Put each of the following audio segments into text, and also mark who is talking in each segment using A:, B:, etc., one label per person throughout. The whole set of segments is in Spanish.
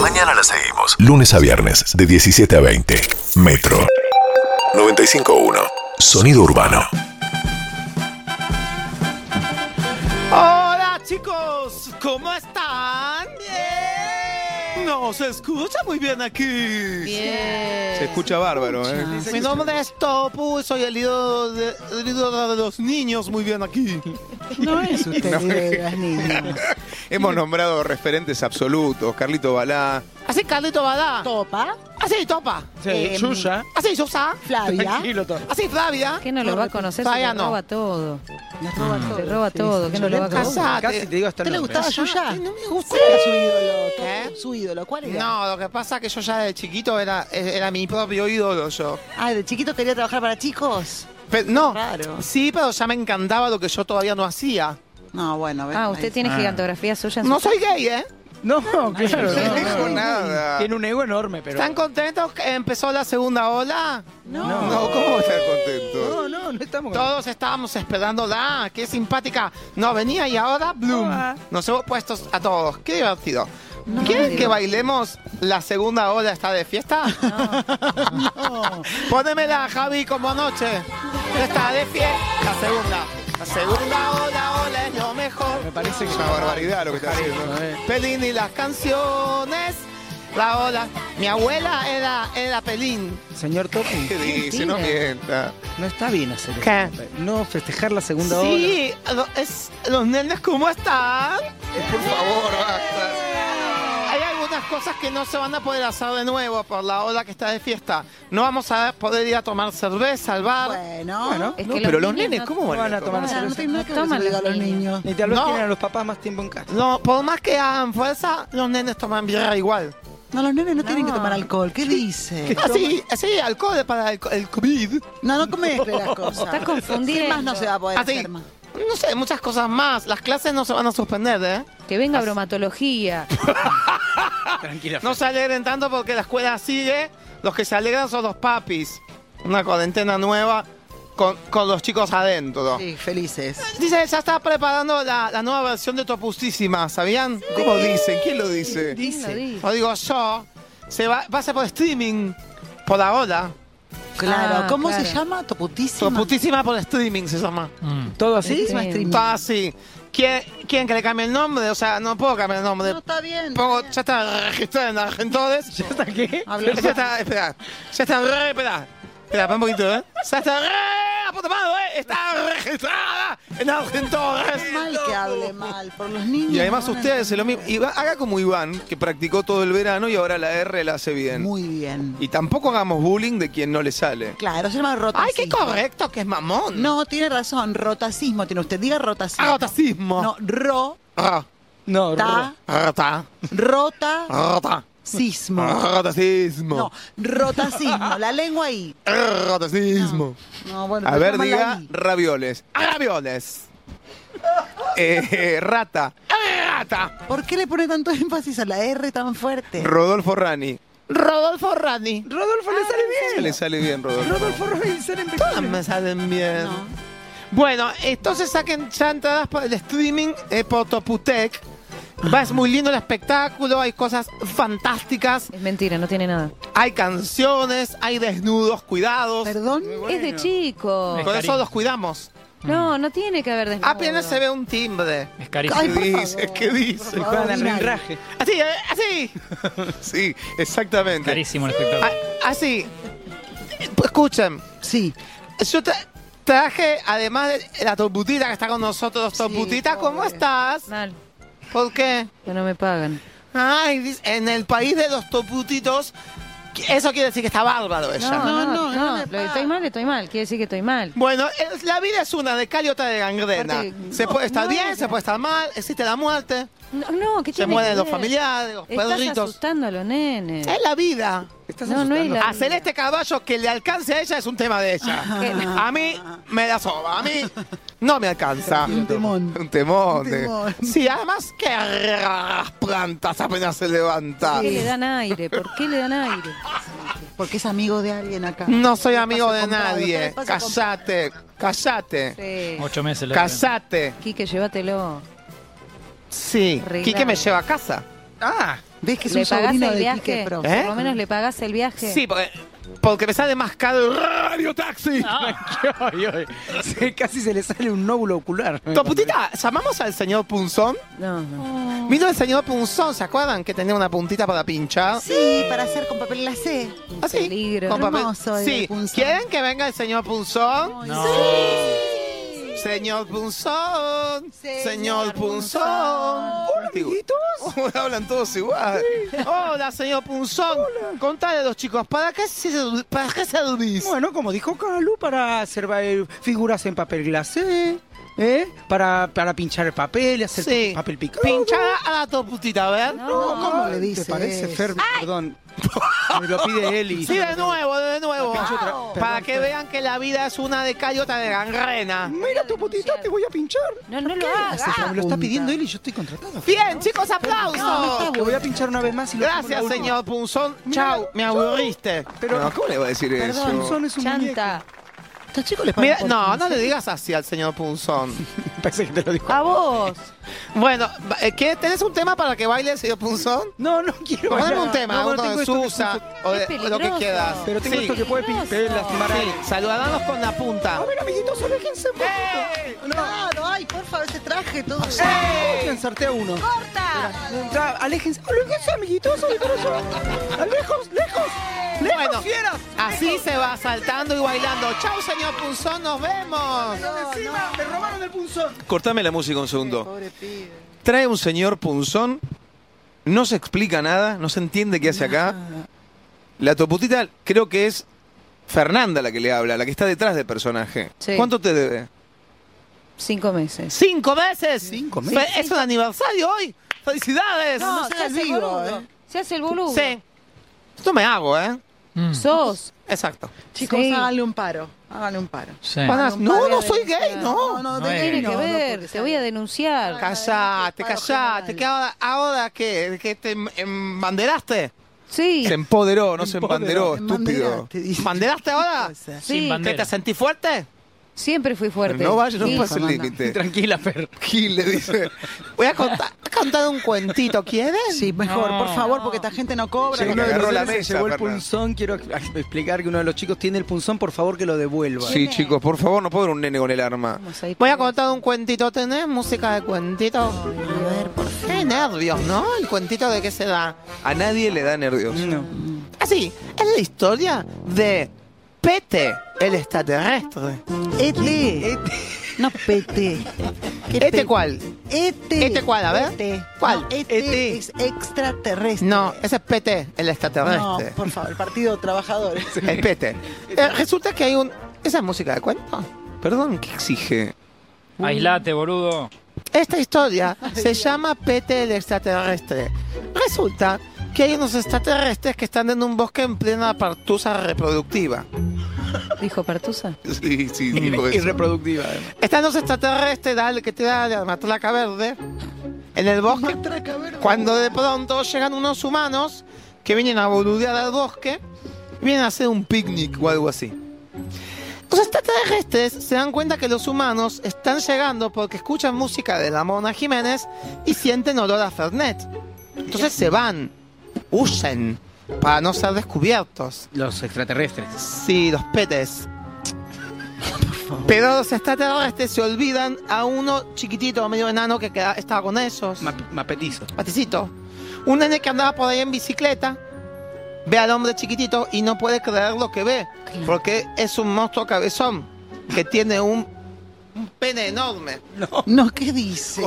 A: Mañana la seguimos. Lunes a viernes, de 17 a 20. Metro. 95.1. Sonido urbano.
B: Hola chicos, ¿cómo están? Bien. No, se escucha muy bien aquí.
C: Bien.
D: Se escucha bárbaro, ¿eh?
B: Mi nombre es Topu, soy el líder, de, el líder de los niños, muy bien aquí.
C: No es usted
D: No.
C: líder de las niñas.
D: ¿eh? Hemos nombrado referentes absolutos. Carlito Balá.
B: Así Carlito Badá.
C: Topa,
B: Así Topa.
E: Sí,
C: Em,
E: Susa.
B: Así Sosa.
C: Flavia.
E: Tranquilo todo.
B: Así Flavia.
F: Que no lo va a conocer, se
B: Todavía
F: le
B: no.
F: roba todo.
C: Nos roba todo.
F: Se roba todo, que no lo va a conocer.
B: Casate.
E: Casi te digo hasta
C: ¿Usted
E: el
C: le
E: nombre.
C: gustaba
B: Ay,
C: Yuya?
B: no me gusta.
C: ¿Cuál era su ídolo? Topo?
B: ¿Eh?
C: ¿Su ídolo? ¿Cuál era?
B: No, lo que pasa es que yo ya de chiquito era, era mi propio ídolo yo.
C: Ah, de chiquito quería trabajar para chicos.
B: Pe- no,
C: Raro.
B: sí, pero ya me encantaba lo que yo todavía no hacía.
C: No, bueno, ven.
F: Ah, usted tiene gigantografía suya en
B: No
F: su
B: soy gay, ¿eh?
E: No, claro.
C: no,
D: No
E: no,
D: dijo
E: no.
D: nada.
E: Tiene un ego enorme, pero.
B: ¿Están contentos que empezó la segunda ola?
C: No.
D: No, ¿cómo estar contento?
E: No, no, no estamos.
B: Todos estábamos esperándola, qué simpática. No venía y ahora, Bloom.
E: Hola.
B: Nos hemos puesto a todos, qué divertido.
F: No,
B: ¿Quieren
F: no.
B: que bailemos la segunda ola está de fiesta? Pónemela, Javi, como anoche. Está de fiesta, la segunda. La segunda ola, ola es lo mejor.
E: Me parece que
D: Es una barbaridad lo que está haciendo.
E: Eh,
B: Pelín y las canciones. La ola. Mi abuela era, era Pelín.
E: Señor Topi,
D: ¿Qué dice? No mienta.
E: no está bien hacer eso.
B: ¿Qué?
E: No festejar la segunda hora.
B: Sí, lo- es- los nenes, ¿cómo están?
D: Por favor, basta.
B: Hay algunas cosas que no se van a poder hacer de nuevo por la ola que está de fiesta. No vamos a poder ir a tomar cerveza al bar.
C: Bueno.
D: Bueno,
F: Es
D: no,
F: que los
D: pero los
F: niños
D: nenes,
F: no-
D: ¿cómo
E: van a tomar
C: Ah,
E: cerveza?
C: no tengo nada que
F: No
C: ver con
F: toman
C: eso, digo, a
F: los
C: los niños.
E: Ni tal vez
B: No.
E: tienen a los papás más tiempo en casa.
B: No, por más que hagan fuerza, los nenes toman birra igual.
C: No, los nenes no, tienen que
F: No.
C: tomar alcohol. ¿Qué dice?
B: Ah, sí, sí, alcohol es para el, co- el COVID.
C: No, no mezcle las cosas.
F: Está confundiendo.
C: ¿Qué más no se va a poder
B: Así,
C: hacer más?
B: Ah, no sé, muchas cosas más. Las clases no se van a suspender, ¿eh?
F: Que venga bromatología.
E: Tranquila.
B: No se alegren tanto porque la escuela sigue. Los que se alegran son los papis. Una cuarentena nueva con, con los chicos adentro.
C: Sí, felices.
F: Ah,
B: Dice, ya está preparando la, la nueva versión de Topustísima, ¿sabían?
D: ¿Cómo dicen? ¿Quién lo dice?
F: ¿Quién lo dice?
B: Lo digo yo. Se va, va a ser por streaming. Por ahora.
C: Claro.
F: Ah,
C: ¿Cómo
F: claro.
C: se llama? Toputísima.
B: Toputísima por streaming se llama.
C: Mm.
E: ¿Todo así?
C: Toputísima
F: Sí.
C: streaming.
B: Está así. ¿Quién, ¿Quién que le cambie el nombre? O sea, no puedo cambiar el nombre.
C: No, está bien.
B: Pongo,
C: está
B: ya está registrado en Argentores.
E: ¿Ya está qué?
C: Habla-
B: Ya está, espera. Ya está re, espera. Espera, para un poquito, ¿eh? Ya está re, apuntamado, ¿eh? Está registrada en Argentores.
C: bien. mal que hable mal por los niños.
D: Y además
C: no van a
D: ustedes se lo mismo. Y va- haga como Iván, que practicó todo el verano y ahora la R la hace bien.
C: Muy bien.
D: Y tampoco hagamos bullying de quien no le sale.
C: Claro, se llama rotacismo.
B: Ay, qué correcto que es mamón.
C: No, tiene razón. Rotacismo tiene usted. Diga rotacismo.
D: Ah,
B: Agotacismo.
C: No, ro,
B: Ra,
E: No,
C: ta,
B: Rata.
C: rota,
B: Rata.
D: Ah,
C: sismo. No,
D: Rotacismo.
C: rotacismo. La lengua ahí.
D: Rotacismo.
C: No, bueno,
D: A
C: pero
D: ver,
C: está mal
D: diga
C: ahí.
D: ravioles.
B: Agraviones.
D: Eh, eh, rata.
B: Rata.
C: ¿Por qué le pone tanto énfasis a la R tan fuerte?
D: Rodolfo Rani.
B: Rodolfo Rani.
E: Rodolfo le sale
D: Se le sale bien, Rodolfo.
E: Rodolfo Rubin sale
B: Todas
E: impecable.
B: me salen bien.
C: No.
B: Bueno, entonces saquen ya entradas para el streaming eh, por Toputec. Va, es muy lindo el espectáculo, hay cosas fantásticas,
F: Es mentira, no tiene nada.
B: hay canciones, hay desnudos, cuidados.
C: ¿Perdón?
F: Es de chico.
B: Con eso los cuidamos.
F: No, no tiene que haber desnudo.
B: Apenas se ve un timbre.
G: Es carísimo.
C: Ay,
D: ¿Qué
C: por
D: dice?
C: favor.
D: ¿Qué dice?
C: Por
E: Juegan
C: favor,
E: al
C: ordinario.
E: rinraje.
B: Así, eh, así,
D: Sí, exactamente.
G: Carísimo el espectáculo.
B: a- así. Escuchen,
C: Sí.
B: yo tra- traje, además de la Toputita que está con nosotros. Toputita, ¿cómo
C: pobre.
B: estás?
F: Mal,
B: ¿Por qué?
F: que no me pagan.
B: Ay, dice, en el país de los toputitos, que- eso quiere decir que está bárbaro ella.
F: No, no, no.
C: no me
F: lo de
C: pagan.
F: estoy mal, estoy mal. Quiere decir que estoy mal.
B: Bueno, es- la vida es una de cal y otra de gangrena.
F: Aparte,
B: se
F: no,
B: puede estar
F: no
B: bien,
F: era.
B: se puede estar mal, existe la muerte,
F: No, no ¿qué
B: se
F: tiene
B: mueren
F: que
B: los
F: ver?
B: familiares, los
F: Estás
B: perritos.
F: asustando a los nenes.
B: Es la vida.
E: Estás
F: No, no es
E: asustando.
F: la-
B: Hacer este caballo que le alcance a ella es un tema de ella.
F: Ah.
B: A mí me da soba, a mí no me alcanza.
C: Un temón.
D: Un temón. de-
C: temón.
B: Sí, además que raras plantas apenas se
F: ¿Por
D: levantan.
F: qué le dan aire? ¿Por qué le dan aire?
C: Porque es amigo de alguien acá.
B: No soy amigo
C: pasa
B: de
C: comprado, usted
B: nadie.
C: le pasa
B: Callate, callate.
F: Sí.
G: Ocho meses le
B: Casate.
F: Quique, llévatelo.
B: Sí.
F: Arreglado.
B: Quique me lleva a casa. Ah,
C: ¿Ves que es
F: ¿Le
C: un
F: pagás
C: sobrino
F: el
C: de Quique
F: viaje?
C: Pro?
B: ¿Eh?
F: Por lo menos le pagás el viaje.
B: sí, porque, porque me sale más caro el radio taxi.
E: Ay, ay. Se- Casi se le sale un nóbulo ocular.
B: Toputita, llamamos al señor Punzón.
F: No, no.
B: Vino el señor Punzón, ¿se acuerdan? Que tenía una puntita para pinchar.
C: Sí, para hacer con papel glacé.
F: un
B: Así,
F: peligro.
B: con papel.
C: Hermoso el
B: Sí,
C: Punzón.
B: ¿quieren que venga el señor Punzón? Señor Punzón,
C: Señor
B: señor Punzón.
C: Punzón.
B: Hola,
D: Hablan todos igual.
B: Hola, señor Punzón. Contale a los chicos, ¿para qué, se- para qué servís?
E: Bueno, como dijo Calu, para hacer eh, figuras en papel glacé, ¿eh? para, para pinchar el papel, hacer
B: Sí.
E: papel picado.
B: Pinchada a la toputita, a ver.
E: No, ¿Cómo
C: le
E: le dice?
C: dices?
E: ¿Te parece, Fer? Perdón. Me lo pide él y...
B: Sí, de nuevo, de nuevo.
E: pincho otra- Perdón,
B: Para que
E: Fer.
B: vean que la vida es una de cal y otra de gangrena.
E: Mira tu putita, te voy a pinchar.
F: No, no lo hagas.
E: Haces, me lo está pidiendo él y yo estoy contratado. Fer.
B: Bien, chicos, aplausos.
E: Te voy a pinchar una vez más y lo hacemos la
B: Gracias,
E: última.
B: señor Punzón. Chau, me aburriste.
E: Pero
D: No, ¿Cómo le va a decir
E: Perdón,
D: eso?
E: Son es un muñeco.
F: Chanta.
C: Estos chicos les
B: Mira,
C: pagan por
B: no, no
C: quince.
B: le digas así al señor Punzón.
E: Parece que te lo dijo.
F: A vos.
B: Bueno, ba- eh, ¿qué- ¿tenés un tema para que baile el señor Punzón?
E: No, no quiero.
B: Poneme
E: bailar.
B: un tema,
E: No, bueno,
B: uno
E: tengo
B: de
E: esto que-
B: Susa o de
F: Qué
B: o lo que
F: peligroso.
B: quieras.
E: Pero tengo
B: Sí,
E: esto que puede pin- pe-
F: Peligroso.
E: lastimar a él.
B: sí, saludanos con la punta.
E: A ver, amiguitos, aléjense un
B: ¡Ey!
E: poquito. No,
C: Claro, ay, por favor, ese traje todo.
E: Oigan, sortea uno.
F: ¡Corta!
E: Entra, aléjense. Oh, Aléjense, amiguitos, aléjense. Alejos, Ah, lejos. Lejos,
B: Bueno.
E: fieras.
B: Así se va saltando y bailando. Chau, señor Punzón, nos vemos.
E: Encima, me robaron el punzón.
D: Cortame la música un segundo.
C: Pobre pibe.
D: Trae un señor punzón, no se explica nada, no se entiende qué hace acá. La toputita creo que es Fernanda la que le habla, la que está detrás del personaje.
F: Sí.
D: ¿Cuánto te debe?
F: Cinco meses.
B: Cinco veces.
E: Cinco meses.
B: Fe- Es un aniversario hoy. ¡Felicidades!
C: No,
F: se
C: seas
F: hace el
C: vivo,
F: boludo.
C: eh.
F: Se hace el boludo.
B: Sí. Esto me hago, ¿eh?
F: Sos.
B: Exacto.
C: Chicos,
F: Sí.
C: háganle un paro. Háganle un paro.
B: Panas, no, no soy gay,
C: No,
B: no.
C: no,
G: No
C: de
G: es.
C: gay
F: Tiene
C: no,
F: que
C: no
F: ver.
C: porque
F: Te voy a
C: sea-
F: denunciar.
B: Callate,
C: Paro
B: callate,
C: general.
B: que ahora, ahora que, que te embanderaste.
F: Sí.
D: Se empoderó, no se
E: Empoderó.
D: embanderó,
C: Mandela,
D: estúpido.
C: te dice.
B: ¿Manderaste ahora?
C: Cosa.
G: Sin
F: Sí.
B: ¿Que te
G: bandera.
B: sentís fuerte?
F: Siempre fui fuerte.
D: No vayas, no
F: Sí.
D: pases el
C: Fernanda.
D: límite.
G: Tranquila, Fer.
D: Gil le dice.
B: Voy a contar, a contar un cuentito, ¿quieres?
C: Sí, mejor, por favor,
F: no.
C: porque esta gente no cobra.
D: Sí,
E: Uno
D: me
E: de los
D: agarró la
E: hombres
D: mesa,
E: Llevó el
D: Fernanda.
E: punzón. Quiero ex- explicar que uno de los chicos tiene el punzón. Por favor, que lo devuelva.
D: Sí, chicos, por favor, no puedo ver un nene con el arma.
F: Vamos a ir
B: Voy a
F: por-
B: contar un cuentito. ¿Tenés música de cuentito? A ver, por Qué nervios, ¿no? El cuentito de qué se da.
D: A nadie le da nervios.
E: No.
B: Así, es la historia de Pete, el extraterrestre.
C: Ete. No, pete. ¿Qué
B: ¿Este
C: pe-
B: cuál?
C: Ete.
B: ¿Este cuál? A ver.
C: Ete.
B: ¿Cuál?
C: No, ete,
E: Ete.
C: es extraterrestre.
B: No, ese es Pete, el
C: No,
B: extraterrestre.
C: por favor, el Partido Trabajadores.
B: El Pete. Eh, resulta que hay un... ¿Esa es música de cuento?
D: Perdón, ¿qué exige?
G: Aislate, boludo.
B: Esta historia se llama Pete el extraterrestre. Resulta que hay unos extraterrestres que están en un bosque en plena partusa reproductiva.
F: Dijo Partusa.
D: Sí, sí, dijo eso.
E: Irreproductiva, además.
B: Están los extraterrestres, dale, que te da la matraca verde, en el bosque. Cuando de pronto llegan unos humanos que vienen a boludear al bosque, vienen a hacer un picnic o algo así. Los extraterrestres se dan cuenta que los humanos están llegando porque escuchan música de la Mona Jiménez y sienten olor a Fernet. Entonces se van, huyen, para no ser descubiertos.
E: Los extraterrestres.
B: Sí, los petes. Pero los extraterrestres se olvidan a uno chiquitito, medio enano, que queda- estaba con ellos.
E: Map- Mapetizo.
B: Maticito. Un nene que andaba por ahí en bicicleta ve al hombre chiquitito y no puede creer lo que ve. Porque es un monstruo cabezón que tiene un, un pene enorme.
C: No, ¿qué dice?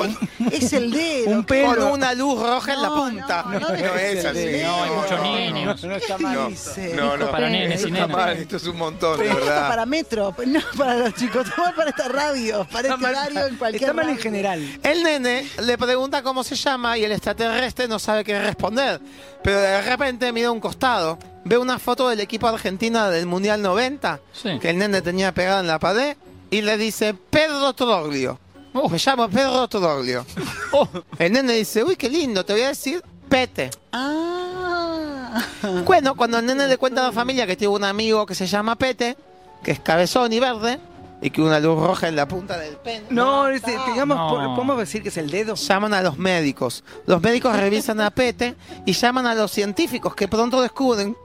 C: Es el dedo.
E: Un pelo.
B: Con una luz roja en la
C: No,
B: punta.
C: No, no,
D: No es así.
G: No, hay muchos niños.
E: No está
D: No,
E: mal.
C: dice?
D: no, no.
G: Para nenes
D: Esto
G: y
D: está mal,
G: nenas.
D: esto es un montón, de
C: Esto
D: verdad.
C: para Metro, no para los chicos, no para esta radio, para
E: Está
C: este
E: mal,
C: horario en cualquier
E: está mal en
C: radio.
E: general.
B: El nene le pregunta cómo se llama y el extraterrestre no sabe qué responder. Pero de repente mira a un costado, ve una foto del equipo argentino del Mundial 90
G: Sí.
B: que el nene tenía pegada en la pared y le dice Pedro Troglio.
G: Oh.
B: Me llamo Pedro Troglio.
G: Oh.
B: El nene dice, uy, qué lindo, te voy a decir Pete.
C: Ah.
B: Bueno, cuando el nene le cuenta a la familia que tiene un amigo que se llama Pete, que es cabezón y verde, y que una luz roja en la punta del pene.
E: No, este, digamos,
G: No.
E: po- podemos decir que es el dedo.
B: Llaman a los médicos. Los médicos revisan a Pete y llaman a los científicos que pronto descubren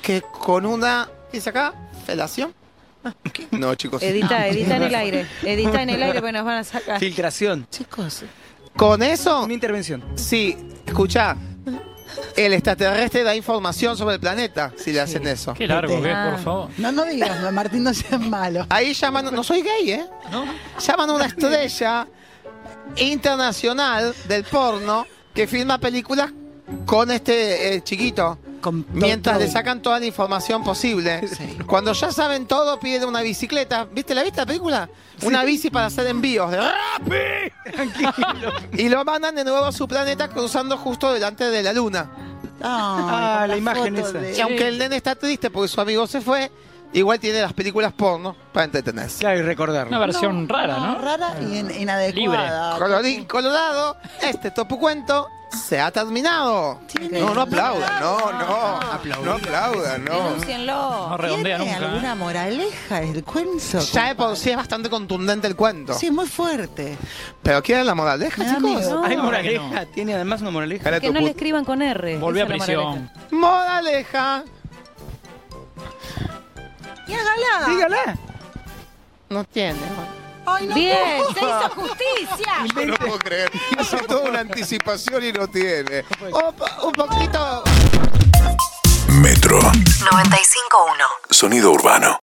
B: que con una. Dice acá, felación.
D: No, chicos.
F: Edita, edita en el aire. Edita en el aire porque nos van a sacar.
E: Filtración.
C: Chicos,
B: Con eso,
E: Una intervención.
B: sí, escucha. El extraterrestre da información sobre el planeta si le hacen eso.
G: Qué largo que es,
F: Ah.
G: por favor.
C: no, no digas, no, Martín, no seas malo.
B: Ahí llaman, no soy gay, ¿eh? Llaman a una estrella internacional del porno que filma películas con este eh, chiquito.
C: Con to-
B: Mientras
C: todo.
B: le sacan toda la información posible.
C: Sí.
B: Cuando ya saben todo, piden una bicicleta. ¿Viste la viste la película? Una bici para hacer envíos. De y lo mandan de nuevo a su planeta cruzando justo delante de la luna.
C: Ay,
E: Ah,
C: con
E: la imagen
C: foto
E: esa.
C: de-
B: Y aunque el nene está triste porque su amigo se fue, igual tiene las películas porno para entretenerse.
E: Claro, y recordarlo.
G: Una versión rara, ¿no?
C: Rara y in- inadecuada.
B: Colorín colorado, este topo cuento se ha terminado.
D: No, no aplaudan, no, no. No aplaudan, no.
G: No
F: Denúncienlo.
G: redondea
C: ¿Tiene alguna
G: nunca. ¿eh?
C: moraleja el cuento?
B: Ya de por sí es bastante contundente el cuento.
C: Sí, muy fuerte.
B: Pero ¿quieren la moraleja,
C: Me da
B: chicos?
C: miedo.
E: Hay
G: No,
E: moraleja,
G: que
E: tiene además una moraleja.
D: Cara
F: Que no
D: topu-
F: le escriban con R.
G: Volví a
F: Esa es la moraleja.
G: prisión.
B: Moraleja.
E: Dígala.
B: No tiene.
F: Bien, se hizo justicia.
D: No lo puedo creer. Hace toda una anticipación y no tiene.
B: Un, po- un poquito.
A: Metro.
H: 95.1.
A: Sonido urbano.